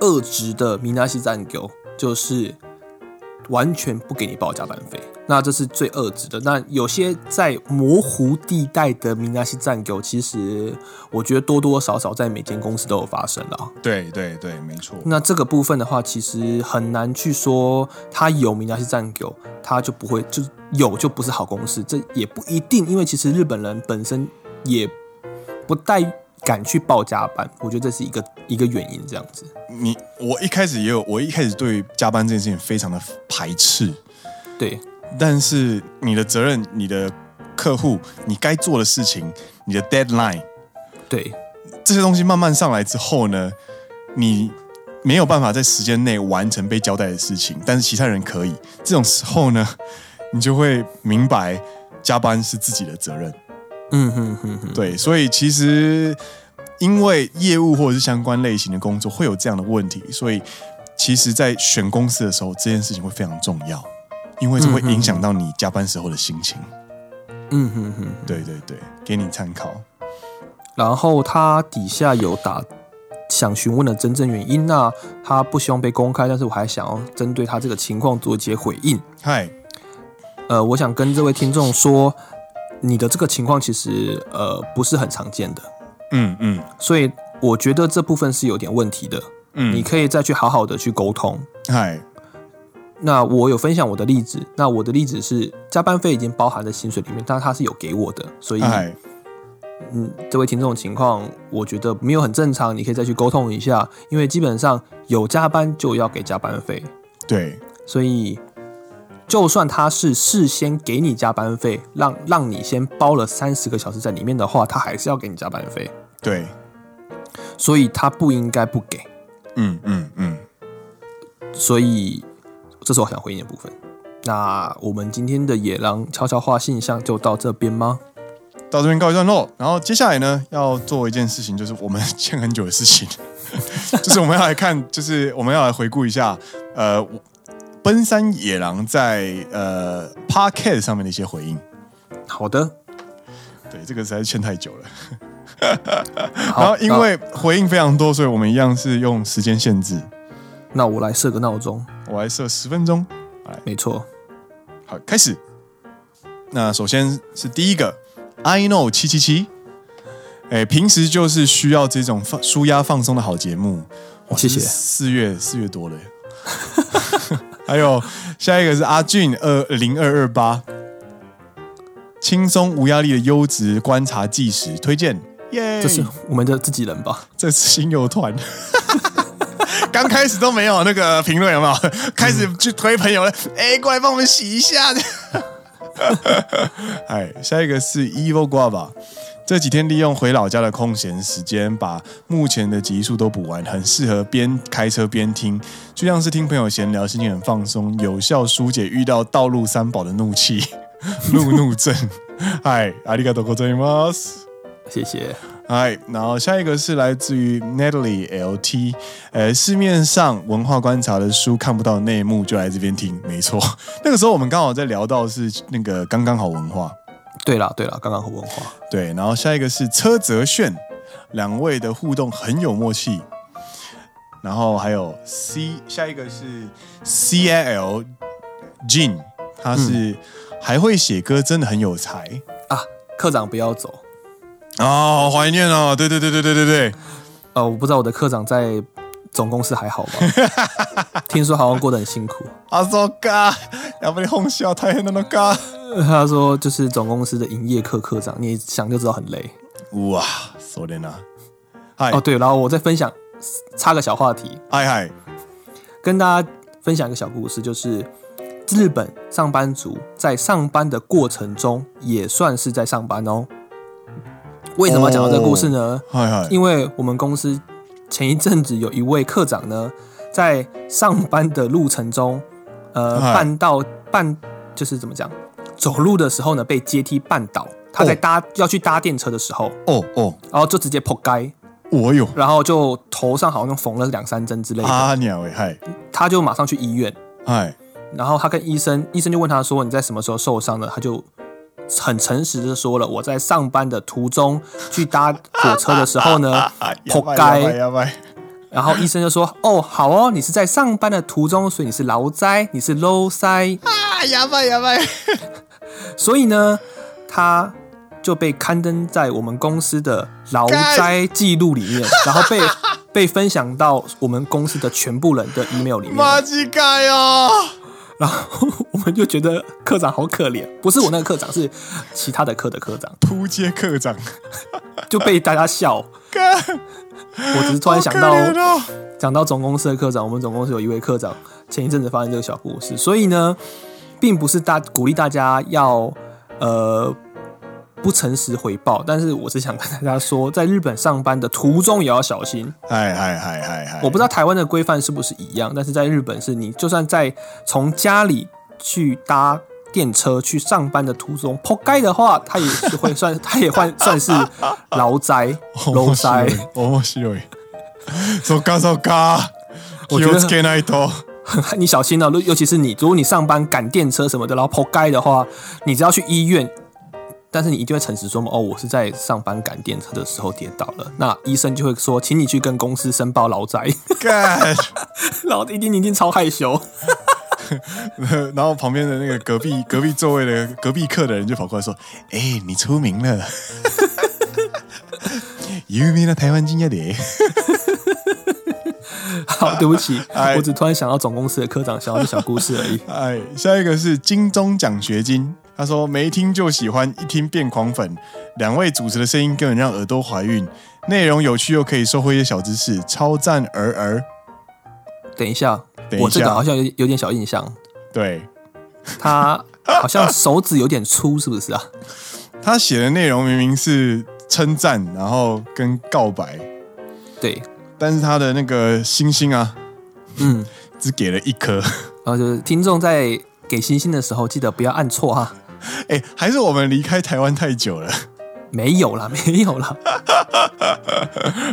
B: 恶质的米纳西战狗就是完全不给你报加班费，那这是最恶质的。那有些在模糊地带的米纳西战狗，其实我觉得多多少少在每间公司都有发生啦。
A: 对对对对，没错。
B: 那这个部分的话，其实很难去说它有名那是占有，它就不会就有就不是好公司，这也不一定，因为其实日本人本身也不太敢去报加班，我觉得这是一个一个原因这样子。
A: 你我一开始也有，我一开始对加班这件事情非常的排斥，
B: 对
A: 但是你的责任、你的客户、你该做的事情、你的 deadline
B: 对
A: 这些东西慢慢上来之后呢，你没有办法在时间内完成被交代的事情，但是其他人可以。这种时候呢， 你就会明白加班是自己的责任。
B: 嗯哼哼哼，
A: 对，所以其实因为业务或者是相关类型的工作会有这样的问题，所以其实，在选公司的时候，这件事情会非常重要，因为这会影响到你加班时候的心情。
B: 嗯哼哼。
A: 对对对，给你参考。
B: 然后他底下有打想询问的真正原因、那他不希望被公开，但是我还想要针对他这个情况做一些回应。
A: 嗨，
B: 呃，我想跟这位听众说，你的这个情况其实呃不是很常见的，
A: 嗯嗯
B: 所以我觉得这部分是有点问题的。你
A: 嗯，
B: 可以再去好好的去沟通。
A: 嗨，
B: 那我有分享我的例子，那我的例子是加班费已经包含在薪水里面，但他是有给我的，所以
A: 嗨，
B: 嗯，这位听众的情况我觉得没有很正常，你可以再去沟通一下，因为基本上有加班就要给加班费，
A: 对
B: 所以，就算他是事先给你加班费，让让你先包了三十个小时在里面的话，他还是要给你加班费，
A: 对，
B: 所以他不应该不给。
A: 嗯嗯嗯，
B: 所以，这是我想回应的部分。那我们今天的野狼悄悄话信箱就到这边吗？
A: 到这边告一段落。然后接下来呢，要做一件事情，就是我们 欠很久的事情， 就是我们要来看，就是我们要来回顾一下，呃，我奔山野狼在呃 Podcast 上面的一些回应。
B: 好的，
A: 对，这个实在是欠太久了。
B: 好
A: 然后因为回应非常多，所以我们一样是用时间限制，
B: 那那我来设个闹钟，
A: 我来设十分钟。
B: 没错，
A: 好，开始。那首先是第一个，I know 七七七，哎，平时就是需要这种放舒压放松的好节目。哇
B: 谢谢
A: 这是四月四月多了耶。 还有下一个是阿俊二零二二八，轻松无压力的优质观察计时推荐，耶！
B: 这是我们的自己人吧？
A: 这次新友团。 刚开始都没有那个评论，有没有？开始去推朋友了，哎、过来帮我们洗一下。 哎，下一个是 Evil Guava，这几天利用回老家的空闲时间，把目前的集数都补完，很适合边开车边听，就像是听朋友闲聊，心情很放松，有效疏解遇到道路三宝的怒气、 路怒症。嗨，ありがとうございます。
B: 谢谢。
A: 嗨，哎然后下一个是来自于 Natalie LT，呃，市面上文化观察的书看不到内幕，就来这边听，没错。 那个时候我们刚好在聊到是那个刚刚好文化，
B: 对啦对啦，刚刚和文化，
A: 对，然后下一个是车泽炫，两位的互动很有默契。然后还有 C，下一个是 C I L Jin，他是、还会写歌，真的很有才
B: 啊，科长不要走。
A: 啊、好怀念哦，对对对对对对对。
B: 呃，我不知道我的科长在总公司还好吗？ 听说好像过得很辛苦。
A: あそうか。やっぱり本社は大変なのか。
B: 他说，就是总公司的营业课科长，你想就知道很累
A: うわ、それな。はい、
B: 哦。对，然后我再分享，插个小话题，
A: はいはい。
B: 跟大家分享一个小故事，就是日本上班族在上班的过程中也算是在上班哦。为什么要讲到这个故事呢？
A: はいはい。
B: 因为我们公司前一阵子有一位课长呢，在上班的路程中，呃，
A: 嗨
B: 绊到绊就是怎么讲，走路的时候呢被阶梯绊倒。他在
A: 哦
B: 搭、要去搭电车的时候，
A: おお、
B: 然后就直接破街，
A: およ。
B: 然后就头上好像缝了两三针之类的，
A: 啊あーにゃおい、はい。
B: 他就马上去医院。
A: はい。
B: 然后他跟医生，医生就问他说：“你在什么时候受伤的？”他就很诚实的说了：“我在上班的途中去搭火车的时候呢
A: 啊，呀，
B: 扑
A: やばい
B: 街。
A: やばい”
B: 然后医生 就说：“哦，好哦，你是在上班的途中，所以你是劳灾，你是 low 塞，
A: 啊，やばいやばい。
B: 所以呢，他就被刊登在我们公司的劳灾记录里面， 然后被被分享到我们公司的全部人的 email 里面。”
A: マジかよ。
B: 然后我们就觉得科长好可怜，不是我那个科长，是其他的科的科长，
A: 扑街科长，
B: 就被大家笑。
A: 干，
B: 我只是突然想到
A: 好，可怜哦
B: 讲到总公司的科长，我们总公司有一位科长，前一阵子发生这个小故事，所以呢，并不是大鼓励大家要呃不诚实回报，但是我只想跟大家说，在日本上班的途中也要小心。
A: 嗨嗨嗨嗨嗨，
B: 我不知道台湾的规范是不是一样，但是在日本是你就算在从家里去搭电车去上班的途中 扑街的话，它也是会算，它也换算是劳灾、
A: 哦
B: 劳灾。
A: 面白い。そっかそっか。
B: 我
A: 気
B: 觉
A: を
B: 得
A: つけないと。
B: 你小心了、尤其是你，如果你上班赶电车什么的，然后扑街的话，你只要去医院。但是你一定会诚实说嘛，哦，我是在上班赶电车的时候跌倒了。那医生就会说，请你去跟公司申报劳灾，
A: 干，
B: 然后一定一定超害羞。
A: 然后旁边的那个隔壁隔壁座位的隔壁客的人就跑过来说：“哎、你出名了， 有名な台湾人やで。
B: 好，对不起
A: 哎，
B: 我只突然想到总公司的科长想要的小故事而 已”。
A: 哎，下一个是金钟奖学金。他说没听就喜欢，一听变狂粉。两位主持的声音根本让耳朵怀孕，内容有趣又可以收获一些小知识，超赞儿儿。
B: 等一下，
A: 等一下
B: 我这个好像有有点小印象，
A: 对，
B: 他好像手指有点粗，是不是啊？
A: 他写的内容明明是称赞，然后跟告白，
B: 对，
A: 但是他的那个星星啊，
B: 嗯，
A: 只给了一颗。
B: 然后就是听众在给星星的时候，记得不要按错啊。
A: 哎、还是我们离开台湾太久了，
B: 没有啦，没有啦，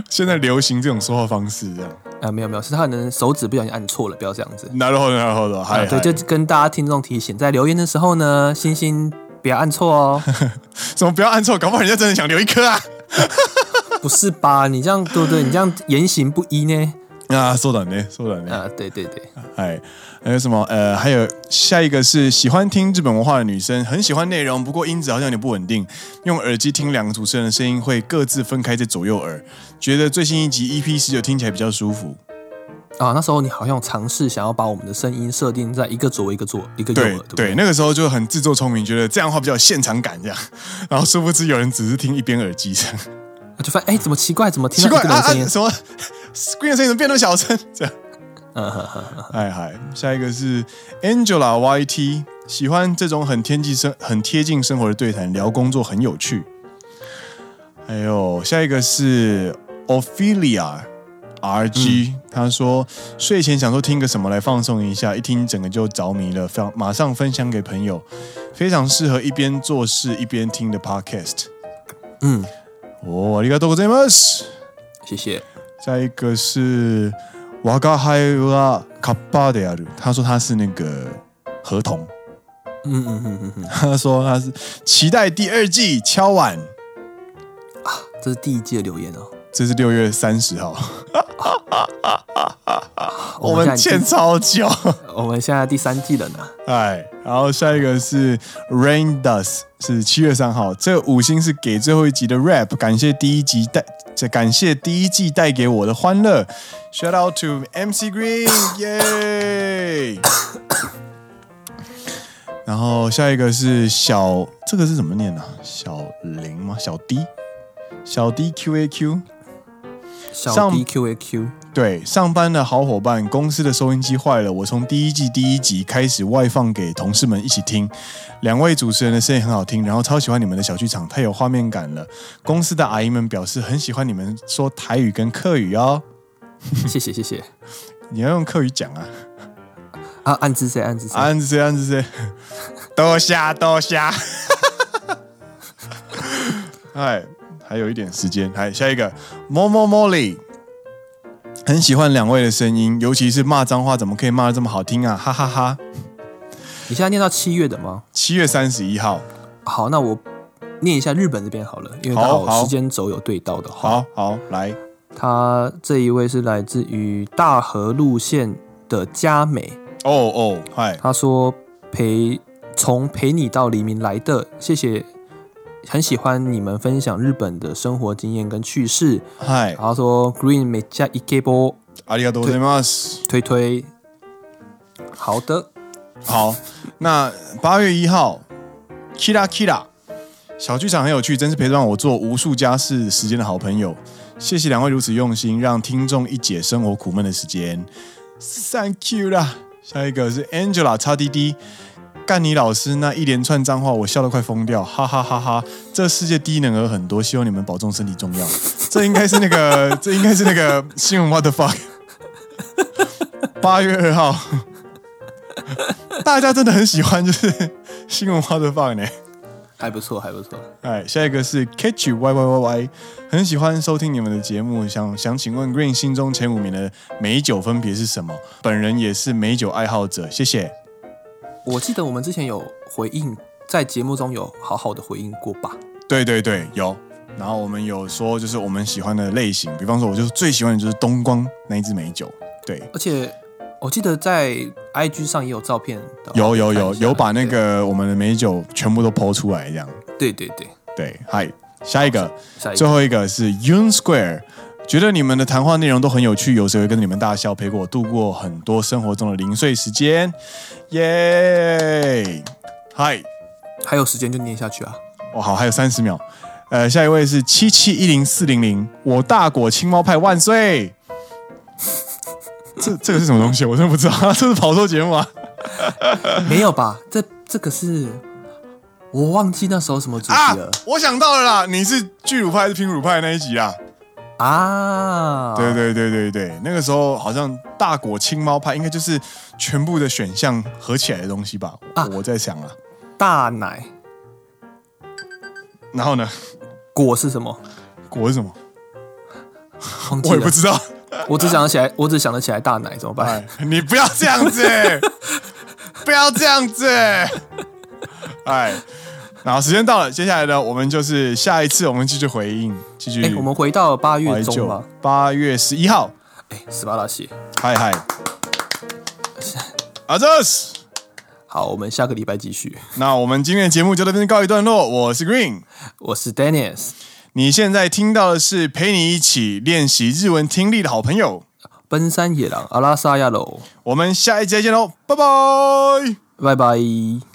A: 现在流行这种说话方式，这样。
B: 啊，没有没有，是他可能手指不小心按错了，不要这样子。
A: なるほど、なるほど。嗨、
B: 啊，对，
A: 嗨
B: 就跟大家听众提醒，在留言的时候呢，星星不要按 错哦。
A: 怎么不要按错？搞不好人家真的想留一颗啊！
B: 不是吧？你这样对不对？你这样言行不一呢？
A: 啊，そうだ ね，そうだね。
B: 啊，对对对，
A: 哎，还有什么？呃，还有下一个是喜欢听日本文化的女生，很喜欢内容，不过音质好像有点不稳定。用耳机听两个主持人的声音会各自分开在左右耳，觉得最新一集 E EP 十九听起来比较舒服。
B: 啊，那时候你好像有尝试想要把我们的声音设定在一个左一个左一个右耳，
A: 对
B: 对不
A: 对，那个时候就很自作聪明，觉得这样的话比较有现场感，这样。然后殊不知有人只是听一边耳机这样，
B: 就发现哎，怎么奇怪，怎么
A: 奇
B: 听到
A: 怪
B: 一个人
A: 啊
B: 的
A: 啊
B: 声音，？
A: 什么 screen 的声音怎么变那么小声？ 这样。
B: 嗯呵呵呵，
A: 嗨嗨，下一个是 Angela YT，喜欢这种很贴近生、很贴近生活的对谈，聊工作很有趣。还有下一个是 Ophelia RG，、他
B: 嗯
A: 说睡前想说听个什么来放松一下，一听整个就着迷了，非常马上分享给朋友，非常适合一边做事一边听的 Podcast。
B: 嗯，
A: 哦，ありがとうございます。
B: 谢谢。
A: 下一个是瓦嘎海拉卡巴的亚鲁，他说他是那个合同，
B: 嗯嗯嗯嗯嗯，
A: 他说他是期待第二季敲碗，
B: 这是第一季的留言哦。
A: 这是六月三十号，我
B: 现
A: 们
B: 在
A: 欠
B: 第
A: 超久，
B: 我们现在第三季了呢。
A: 哎，然后下一个是 Rain Dust，是七月三号，这五星是给最后一集的 rap，感谢第一集带，这感谢第一季带给我的欢乐，shout out to MC Green，耶！然后下一个是小，这个是怎么念呢、啊？小林吗？小 D，小 D Q A Q，
B: 小
A: 上
B: D Q A Q，
A: 对，上班的好伙伴，公司的收音机坏了，我从第一季第一集开始外放给同事们一起听。两位主持人的声音很好听，然后超喜欢你们的小剧场，太有画面感了。公司的阿姨们表示很喜欢你们说台语跟客语哦，
B: 谢谢谢谢。
A: 你要用客语讲啊。
B: 啊，暗自谁暗自谁，
A: 安子谁安子谁，多虾多虾。 哎，还有一点时间，还下一个摸摸茉莉。很喜欢两位的声音，尤其是骂脏话，怎么可以骂的这么好听啊！哈哈哈
B: 你现在念到七月的吗？
A: 七月三十一号，
B: 好，那我念一下日本这边好了，因为刚
A: 好
B: 好
A: 好
B: 时间轴有对到的话，
A: 好好来，
B: 他这一位是来自于大和路线的佳美，
A: 哦哦，嗨，
B: 他说陪从陪你到黎明来的，谢谢，很喜欢你们分享日本的生活经验跟趣事。
A: 嗨，
B: 然后说 Green 美加一 K 波
A: ありがとうございます。
B: 推推，好的，
A: 好，那八月一号，Kira Kira 小剧场很有趣，真是陪伴我做无数家事时间的好朋友。谢谢两位如此用心，让听众一解生活苦闷的时间。Thank you 啦。下一个是 Angela 叉滴滴，干你老师那一连串脏话，我笑得快疯掉，哈哈哈哈！这世界低能儿很多，希望你们保重身体重要。这应该是那个，这应该是那个新闻 What the fuck？八月二号，大家真的很喜欢， 就是新闻 What the fuck 呢？
B: 还不错，还不错。
A: 哎，下一个是 Catch You Y Y Y Y，很喜欢收听你们的节目，想想请问 Green 心中前五名的美酒分别是什么？本人也是美酒爱好者，谢谢。
B: 我记得我们之前有回应，在节目中有好好的回应过吧？
A: 对对对，有。然后我们有说，就是我们喜欢的类型，比方说，我就是最喜欢的就是东光那一支美酒，对，
B: 而且我记得在 IG 上也有照片的话，
A: 有有
B: 可以看
A: 有
B: 一下
A: 有把那个我们的美酒全部都剖出来，这样，
B: 对对对，对
A: 对，嗨，下一个。
B: 下一
A: 最
B: 个
A: 后一个是 Yun Square，觉得你们的谈话内容都很有趣，有时候会跟着你们大笑，陪我度过很多生活中的零碎时间，耶！嗨，
B: 还有时间就念 下去啊。
A: 哦好，还有三十秒，呃，下一位是七七一零四零零，我大果青猫派万岁！ 这这个是什么东西？我真的不知道， 这是跑错节目啊！
B: 没有吧？这这个是我忘记那时候什么主
A: 啊
B: 题了，
A: 我想到了啦，你是巨乳派还是拼乳派那一集啊？
B: 啊
A: 对对对对对，那个时候好像大果青猫派应该就是全部的选项合起来的东西吧？
B: 啊
A: 我在想啊，
B: 大奶
A: 然后呢，
B: 果是什么？
A: 果是什么？
B: 忘记
A: 我也不
B: 了，
A: 知道。
B: 我只想得起来，我只想得起来大奶怎么办？
A: 哎，你不要这 样子，不要这样子，哎。然后时间到了，接下来呢，我们就是下一次我们继续回应，继续
B: 哎、我们回到八月
A: 怀
B: 中
A: 旧
B: 吧。。
A: 八月十一号，
B: 哎、斯巴拉西，
A: 嗨 嗨，阿泽斯。
B: 好，我们下个礼拜继续。
A: 那我们今天的节目就到这边告一段落，我是 Green。
B: 我是 Dennis，
A: 你现在听到的是陪你一起练习日文听力的好朋友。
B: 奔山野狼阿拉萨亚喽，
A: 我们下一集再见喽，拜拜。
B: 拜拜。